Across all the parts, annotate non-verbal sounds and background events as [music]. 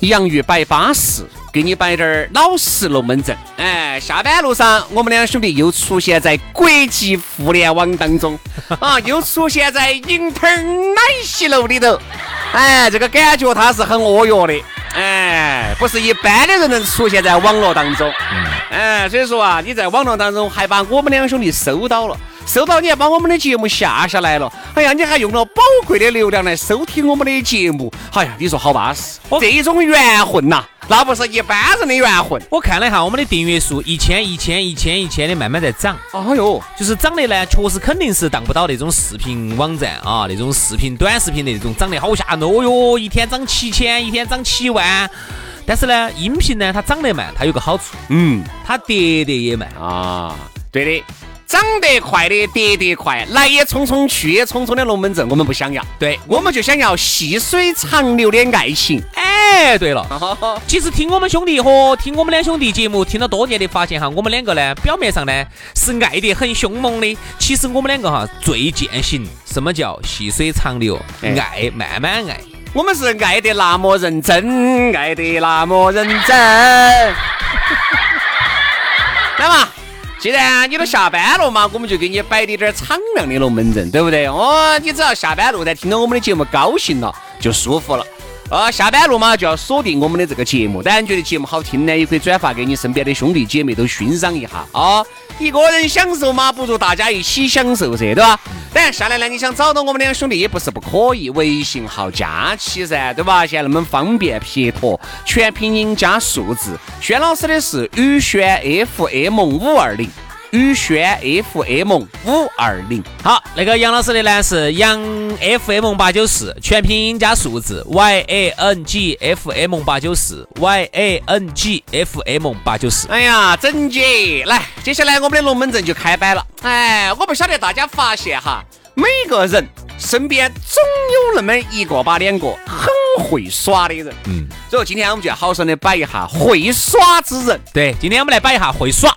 洋芋摆巴适，给你摆点儿老实龙门阵。哎，下班路上，我们两兄弟又出现在国际互联网当中啊，又出现在 international 里头。哎，这个感觉他是很活跃的，哎，不是一般的人能出现在网络当中。哎，所以说啊，你在网络当中还把我们两兄弟收到了。收到你还把我们的节目下下来了，哎呀，你还用了宝贵的流量来收听我们的节目，哎呀，你说好巴适，这种缘分呐、那不是一般人的缘分。我看了一下，我们的订阅数一千、一千、一千、一千的慢慢在涨，哎呦，就是涨的呢，确实肯定是当不到那种视频网站啊，那种视频短视频的那种涨得好吓人哦哟，一天涨七千，一天涨七万。但是呢，音频呢，它涨得慢，它有个好处，嗯它跌得也慢。啊，对的，长得快的跌得快，来也匆匆去也匆匆的龙门阵，我们不想要，对，我们就想要细水长流的爱情。哎，对了，其实听我们兄弟和听我们两兄弟节目听了多年的，发现哈，我们两个呢，表面上呢是爱得很凶猛的，其实我们两个哈最践行什么叫细水长流，哎爱慢慢爱。我们是爱得那么认真，爱得那么认真。那么，既然你都下班了嘛，我们就给你摆的点儿敞亮的龙门阵，对不对？哦，你只要下班路呢，听到我们的节目高兴了，就舒服了。呃，下班路嘛就要锁定我们的这个节目，当然觉得节目好听呢，也可以转发给你身边的兄弟姐妹都欣赏一下啊。一个人享受嘛，不如大家一起享受噻，对吧？当然下来呢，你想找到我们两兄弟也不是不可以，微信号加起噻，对吧？现在那么方便撇脱，全拼音加数字。轩老师的是宇轩 FM 五二零，宇轩 FM 五二零。好，那个杨老师的呢是杨 FM 八九四，全拼音加数字 Y A N G F M 八九四 Y A N G F M 八九四。哎呀，整姐，来，接下来我们的龙门阵就开摆了。哎，我不晓得大家发现哈，每个人身边总有那么一个把两个很会耍的人。嗯，所以今天我们就要好生的摆一下会耍之人。对，今天我们来摆一下会耍，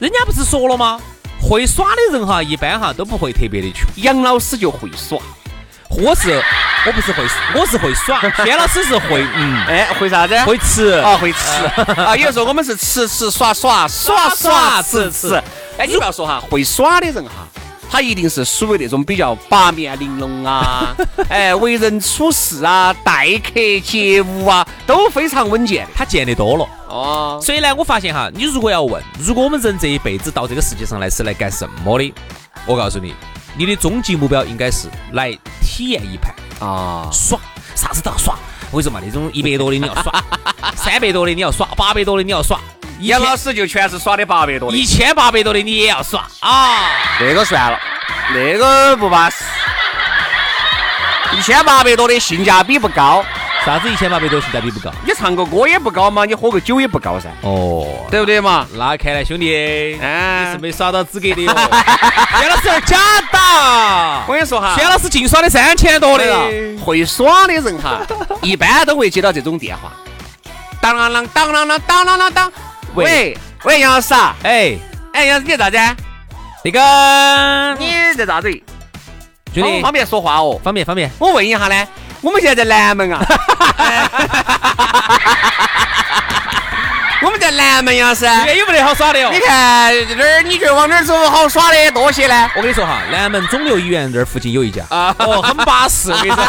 人家不是说了吗？会耍的人哈，一般哈都不会特别的穷。杨老师就会耍，我是我不是会，我是会耍，轩老师是会嗯哎，会啥子？会吃。啊，会吃啊。有时候我们是吃吃耍耍耍耍吃吃。哎，你不要说哈，会耍的人哈，他一定是属于那种比较八面玲珑 [laughs] 啊，哎，为人处事啊，待客接物啊，都非常稳健的。他见得多了，哦，所以呢，我发现哈，你如果要问，如果我们人这一辈子到这个世界上来是来干什么的，我告诉你，你的终极目标应该是来体验一盘啊，耍，啥子都要耍。我跟你说嘛，那种一百多的你要耍，三百多的你要耍，八百多的你要耍，一杨老千师就全是耍的八百多一的，千八百多的你也要耍啊！那个算了，那个不巴适。一千八百多的性价比不高，啥子一千八百多性价比不高？你唱个歌也不高嘛，你喝个酒也不高噻，哦，对不对嘛？那看来兄弟，哎你是没耍到资格 [laughs] 的哟。薛老师是假的，啊我跟你说哈，薛老师净耍的三千多的了。会耍的人 [laughs] 哈，一般都会接到这种电话，当啷啷当啷啷当啷啷当，喂喂，杨老师啊，哎，哎，杨老师你在咋子？那个你在咋子？兄方不弟方便说话哦？方便方便，我问一下呢，我们现在在南门啊，我们在南门，杨老师，这边有没得好耍的 [laughs] 哟你？看这儿，你觉得往哪儿走好耍的多些呢？我跟你说哈，南门肿瘤医院这儿附近有一家，啊 [laughs] 哦，很巴适，我跟你说。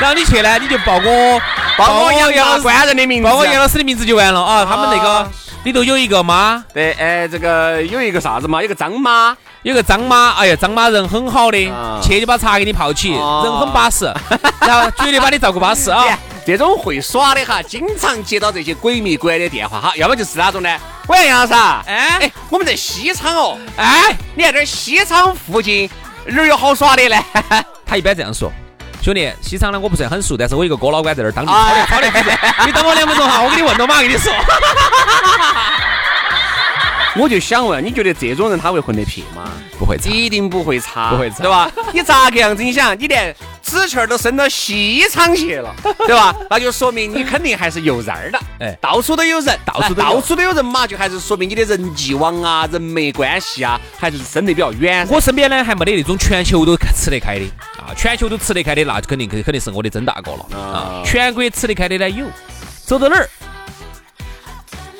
然后你去呢，你就报我报我哦杨大官人的名字啊报我杨老师的名字就完了啊。他们那个里头有一个妈，对，哎，这个有一个啥子嘛，有个张妈，有个张妈，哎呀，张妈人很好的啊，去就把茶给你泡起，哦人很巴适，然后绝对把你照顾巴适啊哎。这种会耍的哈，经常接到这些鬼迷鬼的电话哈，要么就是那种呢，喂杨老师啊，哎哎，我们在西昌哦，哎，你看这儿西昌附近哪儿有好耍的呢？ [laughs] 他一般这样说。兄弟，西昌呢我不是很熟，但是我有个哥老倌在那儿当地跑的跑的很熟你等我两分钟哈，我给你问了嘛，我跟你说。我就想问，你觉得这种人他会混得平吗？不会差一定不会差，不会差对 [laughs] 吧？你咋个样子？你想，你连纸钱儿都伸到西昌去 [laughs] 了，对吧？那就说明你肯定还是有人儿的，哎到处都有人，到处都有哎到处都有人嘛，就还是说明你的人际网啊、人脉关系啊，还是伸得比较远。我身边呢还没得那种全球都吃得开的啊，全球都吃得开的那就肯定肯肯定是我的曾大哥了啊啊。全国吃得开的呢有，走到哪儿，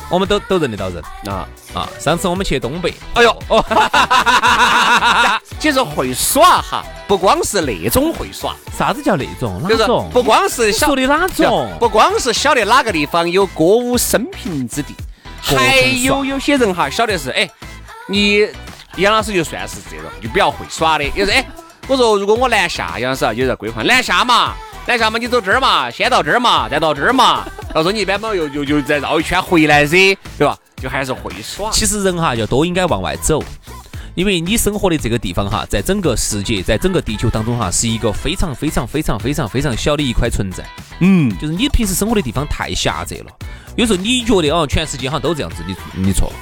我们都都认得到人啊，啊。上次我们去东北，哎呦，哦，哦其实会耍哈，不光是那种会耍，啥子叫那种？就哪是种？不光是小说的哪种？不光是晓得哪个地方有歌舞升平之地，各种还有有些人哈晓得是哎，你杨老师就算是这种就比较会耍的，有时候哎，我说如果我南下，杨老师啊有在规划南下嘛，南下嘛你走这儿嘛，先到这儿嘛，再到这儿嘛，到时候你一般嘛又又又再绕一圈回来噻，对吧？就还是会耍。其实人哈要多应该往外走，因为你生活的这个地方哈，在整个世界，在整个地球当中哈，是一个非常非常非常非常非常小的一块存在。嗯，就是你平时生活的地方太狭窄了，有时候你觉得哦，全世界好像都这样子，你你错了。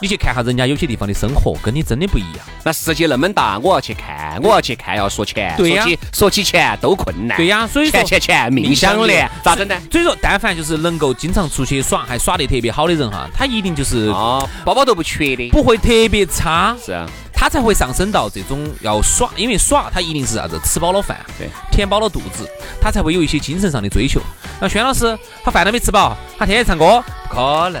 你去看下人家有些地方的生活，跟你真的不一样。那世界那么大，我要去看，我要去看，要说钱，对呀说起说起钱都困难。对呀所以说钱钱钱命相连，咋整呢？所以说，但凡就是能够经常出去耍，还耍得特别好的人哈，他一定就是哦，包包都不缺的，不会特别差。是啊。他才会上升到这种要耍，因为耍他一定是啥子，吃饱了饭，对，填饱了肚子，他才会有一些精神上的追求。那轩老师，他饭都没吃饱，他天天唱歌，不可能，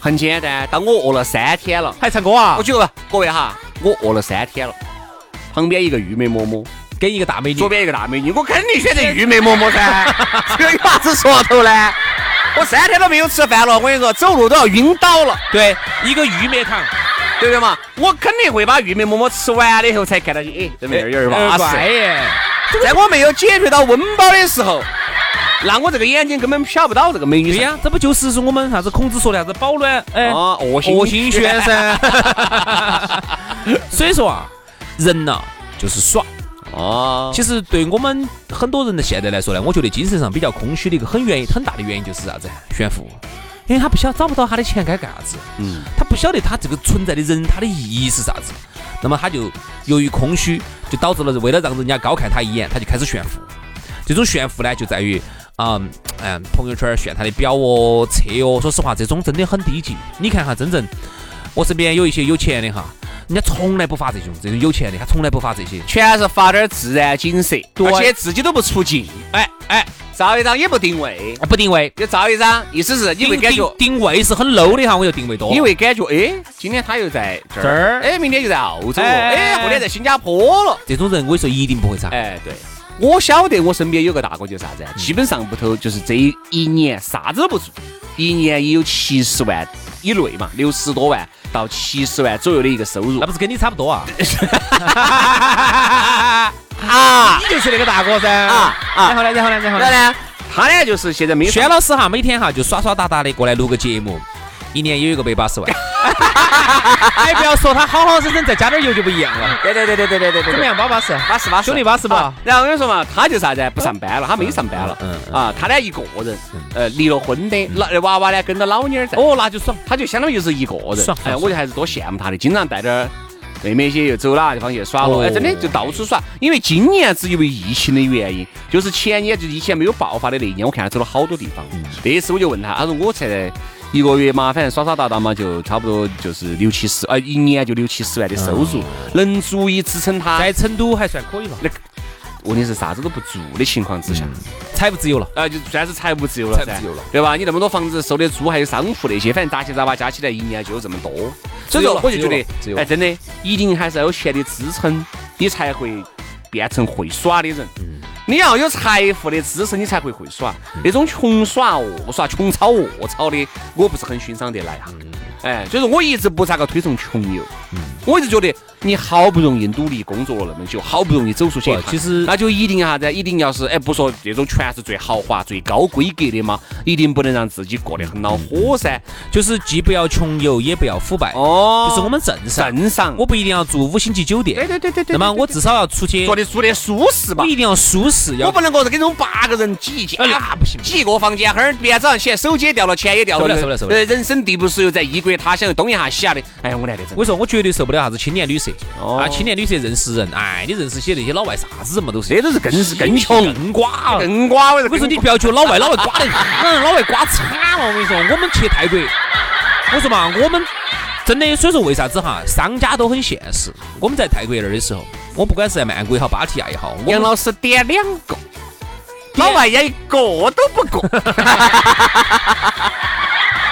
很简单，当我饿了三天了，还唱歌啊我？觉得各位哈，我饿了三天了。旁边一个玉梅嬷嬷，跟一个大美女左，边一个大美女，我肯定选择玉梅嬷嬷噻， [laughs] 这有啥子说头呢？我三天都没有吃饭了，我跟你说，走路都要晕倒了，对，一个玉梅糖，对不对嘛？我肯定会把玉梅嬷嬷吃完了以后才看到你，哎，这妹儿有点巴二怪适。耶，在我没有解决到温饱的时候，那我这个眼睛根本瞟不到这个美女对噻。呀，这不就是说我们啥子孔子说的啥子保暖，哎，啊，恶心恶心轩噻。所以说啊，人呐、就是耍。哦，其实对我们很多人的现在来说呢，我觉得精神上比较空虚的一个很原因很大的原因就是啥子？炫富，因为他不晓找不到他的钱该干啥子，嗯，他不晓得他这个存在的人他的意义是啥子，那么他就由于空虚，就导致了为了让人家高看他一眼，他就开始炫富。这种炫富呢，就在于啊嗯嗯朋友圈儿炫他的表哦、车哦，说实话，这种真的很低级。你看哈，真正我身边有一些有钱的哈，人家从来不发这种，这种有钱的他从来不发这些。全是发点自然景色，对啊而且自己都不出镜，哎哎，照一张也不定位，不定位，就照一张，意思是你会感觉，定定位是很 low 的哈，我就定位多了。你会感觉，哎，今天他又在这这儿儿，哎，明天又在澳洲了，哎哎，后天在新加坡了，这种人，我跟你说一定不会差。哎，对。我晓得我身边有个大哥就是啥子啊，基本上屋头就是这一年啥子都不做，一年也有七十万以内嘛，六十多万到七十万左右的一个收入那不是跟你差不多啊？ [laughs] 啊你 [laughs] 就是那个大哥噻。啊然啊！后呢，然后呢，然后呢那？呢，他呢就是现在没有轩老师哈，每天哈就耍耍打打的过来录个节目，一年也有一个百八十万。 [laughs] 哎，不要说他好好生生再加点油就不一样了。 [laughs] 对对对对对对对对怎么样，巴巴适？巴适巴适，兄弟巴适不啊然后我跟你说嘛，他就啥子啊，不上班了，他没上班了，嗯嗯啊，他呢一个人，呃，离了婚的，老娃娃呢跟着老妞儿在，哦，那就爽。他就相当于就是一个人爽，哎，爽我就还是多羡慕他的，经常带点儿妹妹些又走哪个地方去耍了，哦哎，真的就到处耍。因为今年子因为疫情的原因，就是前年就疫情没有爆发的那一年，我看他走了好多地方。那一次我就问他，他说我才。一个月嘛，反正耍耍打打嘛，就差不多就是六七十，呃，一年就六七十万的收入，能足以支撑他在成都还算可以吧？问题是啥子都不做的情况之下，财务自由了。呃，就算是财务自由了噻，财务自由了对吧？你那么多房子收的租，还有商铺那些，反正杂七杂八加起来一年就这么多。所以说，我就觉自由了自由得，了哎，真的，一定还是要有钱的支撑，你才会变成会耍的人。你要有财富的支撑，你才会会耍。那种穷耍恶耍、穷操恶操的，我不是很欣赏得来哈。哎，所以说我一直不咋个推崇穷游。我一直觉得你好不容易努力工作了那么久，好不容易走出去一趟不，其实那就一定啥子，一定要是哎，不说这种全是最豪华、最高规格的嘛，一定不能让自己过得很恼火噻。就是既不要穷游，也不要腐败，哦就是我们正常。正常，我不一定要住五星级酒店，对对对对对那么对对我至少要出去坐，的住的舒适吧我。一定要舒适，要我不能够跟这种八个人挤一啊间，那不行哎挤一个房间，哈儿明天早上起来手机也掉了，钱也掉了，受不了受不了受不了呃，人生地不熟，又在异国他乡又东一下西一下的，哎呀，我来得真我。说我绝对受不了啥子青年旅社哦啊！青年旅社认识人，哎，你认识些那些老外啥子人嘛都是，这都是更是更穷更瓜。我更瓜，我跟你说，你不要觉得老外老外瓜的，哪儿老外瓜惨了。我跟你说，我们去泰国，我说嘛，我们真的，所以说为啥子哈，商家都很现实。我们在泰国那儿的时候，我不管是在曼谷也好，芭提雅也好，我杨们老师点两个，老外家一个都不够。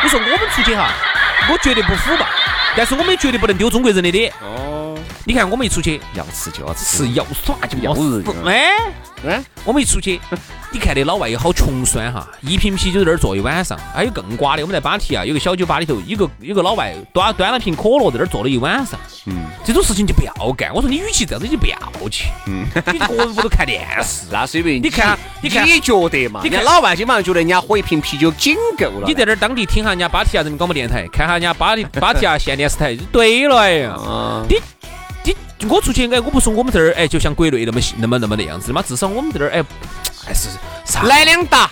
我说我们出去哈，我绝对不腐败，但是我们也绝对不能丢中国人的脸。哦，你看我们一出去要吃就要吃，是要耍就要要死日，哎，嗯，我们一出去，你看那老外有好穷酸哈，一瓶啤酒在那儿坐一晚上，还有更瓜的，我们在芭提雅有个小酒吧里头，有个有个老外端端了瓶可乐在那儿坐了一晚上，嗯，这种事情就不要干。我说你与其这样子，你就不要去，嗯，你个人屋头看电 [laughs] 视。 [laughs] 那是因为你看你看你觉得嘛？你你看看老外基本上觉得人家喝一瓶啤酒仅够了。你在那儿当地听下人家芭提啊雅人民广播电台，看下人家芭提芭提雅啊县电视台，就对了哎呀。啊，你你我出去，哎，我不说我们这儿哎，就像国内那么那么那么那样子嘛，至少我们这儿哎，还是啥？来两打。啊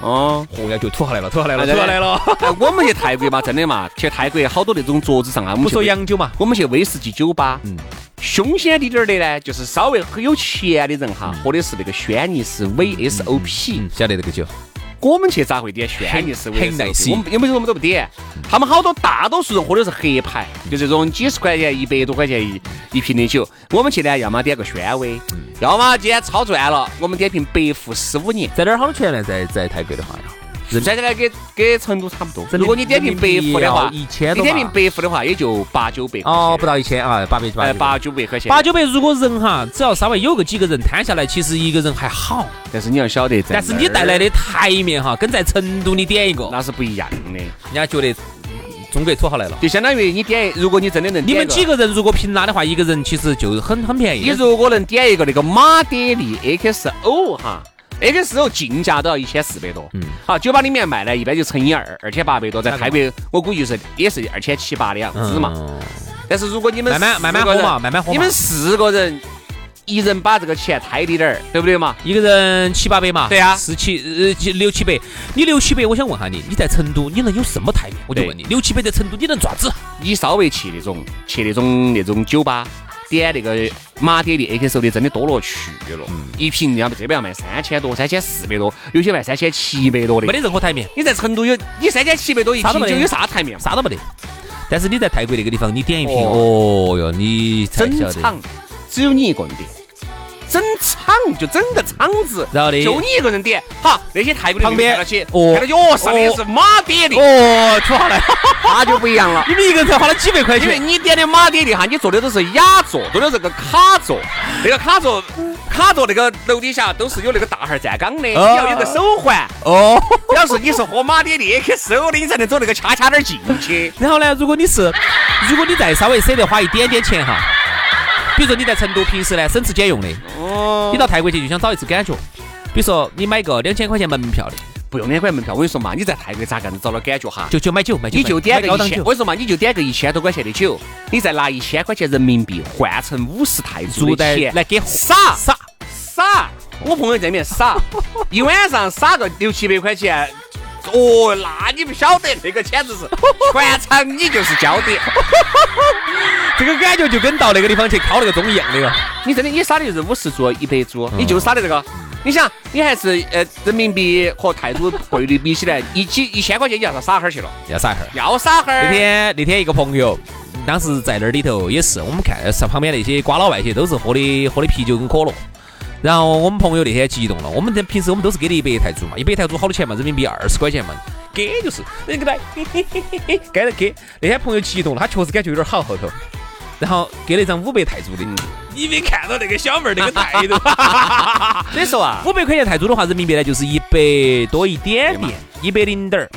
哦，嚯呀，就吐下来了，吐下来了，哎吐对下来了。哎我们去泰国嘛，真的嘛，去泰国好多那种桌子上啊，我们不去说威洋酒嘛，我们去威士忌酒吧，嗯嗯，凶险滴点儿的呢，就是稍微很有钱的人哈，喝的是那个轩尼诗 VSOP，嗯嗯，晓得这个酒，我们去咋会点轩尼诗很 VSOP？很耐心我嗯们有没有我们都不点，他们好多大多数人喝的是黑牌，就这种几十块钱、一百多块钱一一瓶的酒。我们去呢，要么点个轩威，嗯要么今天超赚了，我们点瓶百富十五年。在哪儿好多钱呢？在在泰国的话呀，人算下来跟跟成都差不多。真的如果你点瓶百富的话，一千你多点吧瓶百富的话，也就八九百块钱哦，不到一千啊，八百八哎百八九百块钱。八九百。如果人哈，只要稍微有个几个人摊下来，其实一个人还好，但是你要晓得，但是你带来的的台面哈，跟在成都你点一个，那是不一样的，人家觉得嗯中国土豪来了。就相当于你点，如果你真的能你点们一个几，个人如果平拉的话，一个人其实就很很便宜。你如果能点一个那个马德里 XO 哈。XO 进价都要一千四百多，嗯，好，酒吧里面卖呢，一般就乘以二，二千八百多，在泰国我估计是也是二千七八两子嘛。嗯但是如果你们慢慢四慢慢个喝人嘛，慢慢喝嘛。你们四个人，一人把这个钱摊低点儿，对不对嘛？一个人七八百嘛，对啊十七呃七六七百，你六七百，我想问下你，你在成都你能有什么台面？我就对问你，六七百在成都你能咋子？你稍微去那种去那种那种酒吧，点那个马爹利 XO 的真的多了去了，嗯一瓶人家这边要卖三千多，三千四百多，有些卖三千七百多的没。得任何台面，你在成都有你三千七百多一啥瓶都没酒得有啥台面嘛？啥都没得。但是你在泰国那个地方，你点一瓶，哦哦哟，你才整晓得。场只有你一个人点，整场就整个场子，然后呢就你一个人点。好，那些泰国的旁边看到起，哦看到起，哦，上面是马爹利，哦，土豪来，那就不一样了。你们一个人才花了几百块 [laughs] 因为钱，你点的马爹利哈，你坐的都是雅座，坐的是个卡座，那个卡座，卡座那个楼底下都是有那个大号站岗的，你哦要有个手环。哦。 [laughs] 表示你是喝马爹利 XO 的，你才能走那个掐掐点儿进去。然后呢，如果你是，如果你再稍微舍得花一点点钱哈，比如说你在成都平时呢省吃俭用的，哦你，到泰国去就想找一次感觉，比如说你买个两千块钱门票的，不用两块门票，我跟你说嘛，你在泰国咋个能找到感觉哈？就就买酒买酒，你就买点买个高一档千，酒我。跟你说嘛，你就点个一千多块钱的酒，你再拿一千块钱人民币换成五十 [laughs] 泰铢住的在钱来给傻傻，撒，我朋友在里面撒， [laughs] 一晚上撒个六七百块钱。哦，那你不晓得，那个简直 [laughs] 是全场你就是焦点，这个感觉就跟到那个地方去烤那个钟一样的哟。你真的你撒的就是五十株、一百株，嗯你就撒的这个。你想，你还是呃人民币和泰铢汇率比起来，一几一千块钱你要撒哈儿去了，要啥哈儿？ [laughs] 要撒哈那儿。天那天一个朋友，当时在那儿里头也是，我们看上旁边那些瓜老外些都是喝的喝的啤酒跟可乐。然后我们朋友那天激动了，我们这平时我们都是给的一百泰铢嘛，一百泰铢好多钱嘛，人民币二十块钱嘛，给就是人给他，嘿嘿嘿嘿嘿嗯给给。那天朋友激动了，他确实感觉有点好后头，然后给了一张五百泰铢的，你没看到那个小妹儿那个态度？所以说啊，五百块钱泰铢的话，人民币呢就是一百多一点点，一百零点儿。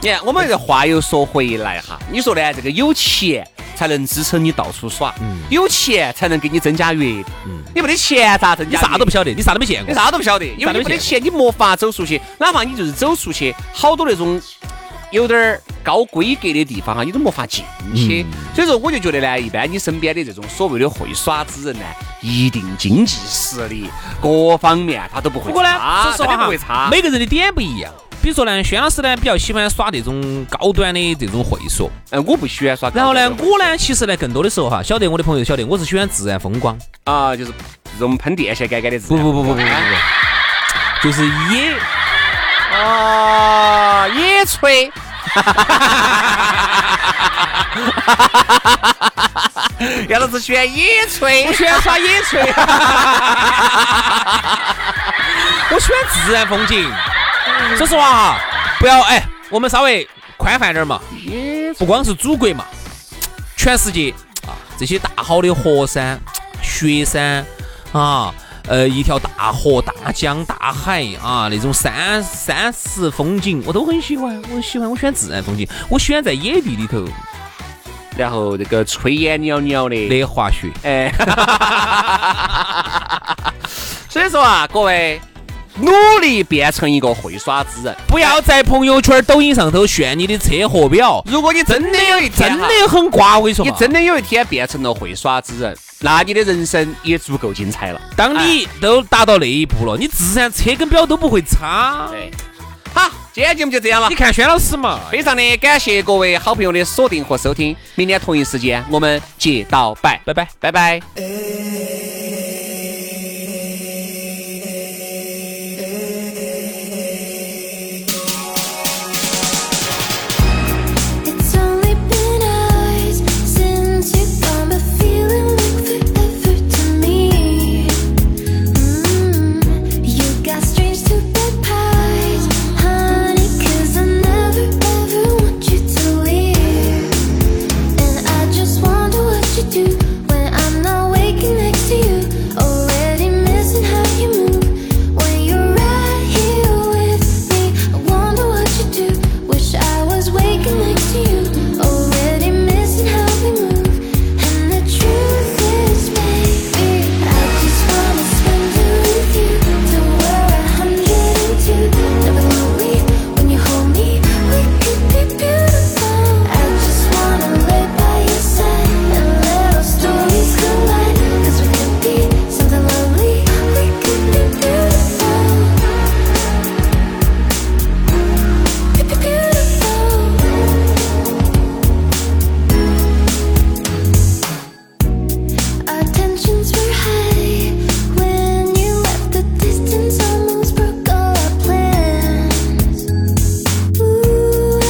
你看，我们这话又说回来哈，你说呢？这个有钱才能支撑你到处耍，嗯有钱才能给你增加阅历。你没得钱咋增你加？啥都不。晓得，你啥都没见你过。啥都不晓得，因为你没得钱，你没法走出去。哪怕你就是走出去，好多那种有点儿高规格的地方啊哈，你都没法进去。嗯所以说，我就觉得呢，一般你身边的这种所谓的会耍之人呢，一定经济实力各方面他都不啊不会过呢，差，说实他话都不会差哈，。每个人的点不一样。比如说呢，轩老师呢比较喜欢耍这种高端的这种会所，嗯，我不喜欢耍高然后端的。呢，我呢其实呢更多的时候哈，晓得我的朋友晓得我是喜欢自然风光，啊，就是这种喷电线杆杆的字。不不不不不不不，就是野啊，野炊。 [laughs] 杨老师喜欢野炊，我喜欢耍野啊炊。我喜欢自然风景。说实话哈，不要哎，我们稍微宽泛点儿嘛，不光是祖国嘛，全世界啊这些大好的河山、雪山啊，呃一条大河、大江、大海啊那种山山石风景，我都很喜欢。我喜欢，我喜欢自然风景，我喜欢在野地里头然后这个炊烟袅袅的，的滑雪。哎， [laughs] 所以说啊，各位努力变成一个会耍之人。不要在朋友圈、抖音上头炫你的车和表，如果你真的有一天真哈，的很瓜。我跟你说你嘛，真的有一天啊变成了会耍之人，那你的人生也足够精彩了。当哎你都达到那一步了，你自然车跟表都不会差。对，好，今天节目就这样了你。看轩老师嘛，非常的感谢各位好朋友的锁定和收听，明天同一时间我们接到拜，拜拜。拜拜。 It's only been hours since you've gone, but feeling like forever to me. Mm, You got strange superpowers, honey, 'cause I never ever want you to leave. And I just wonder what you do when I'm not waking next to you, already missing how you move. When you're right here with me, I wonder what you do. Wish I was waking next to you, already missing how we move. And the truth is, baby, I just wanna spend the with you till we're a hundred and two. Never lonely when you hold me, we could be beautiful. I just wanna lay by your side and let our stories collide. 'Cause we could be something lovely, we could be beautiful, be be- beautiful. Our tensions were high when you left. The distance almost broke all our plans. Ooh,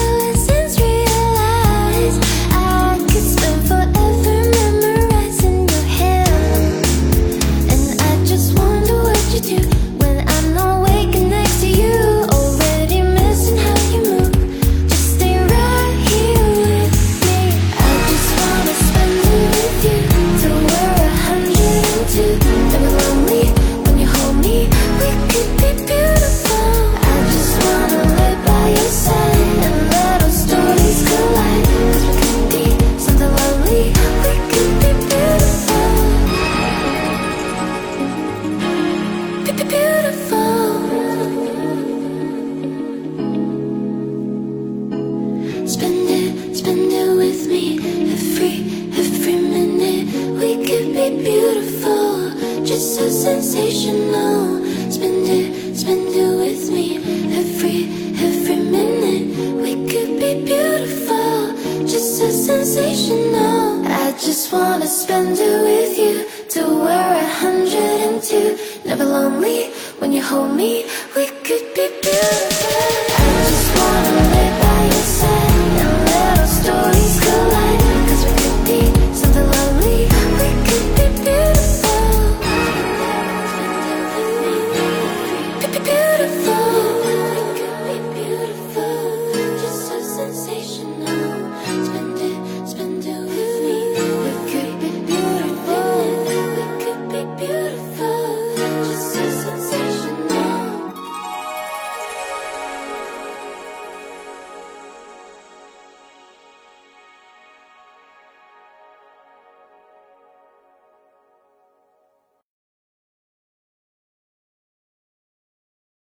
since realized I could spend forever memorizing your hand. And I just wonder what you do when I'm not waking next to you. Already missing how you move. Just stay right here with me. I just wanna spend it with you till we're a hundred and two. Never lonely when you hold me. We could be beautiful. I just wanna lay by your side and let our stories collide. 'Cause we could be something lovely. We could be beautiful. Be- be- Beautiful. Spend it, spend it with me every, every minute. We could be beautiful, just so sensational. Spend it, spend it with me every, every minute. We could be beautiful, just so sensational. I just wanna spend it with you till we're a hundred and two. Never lonely when you hold me. We could be beautiful.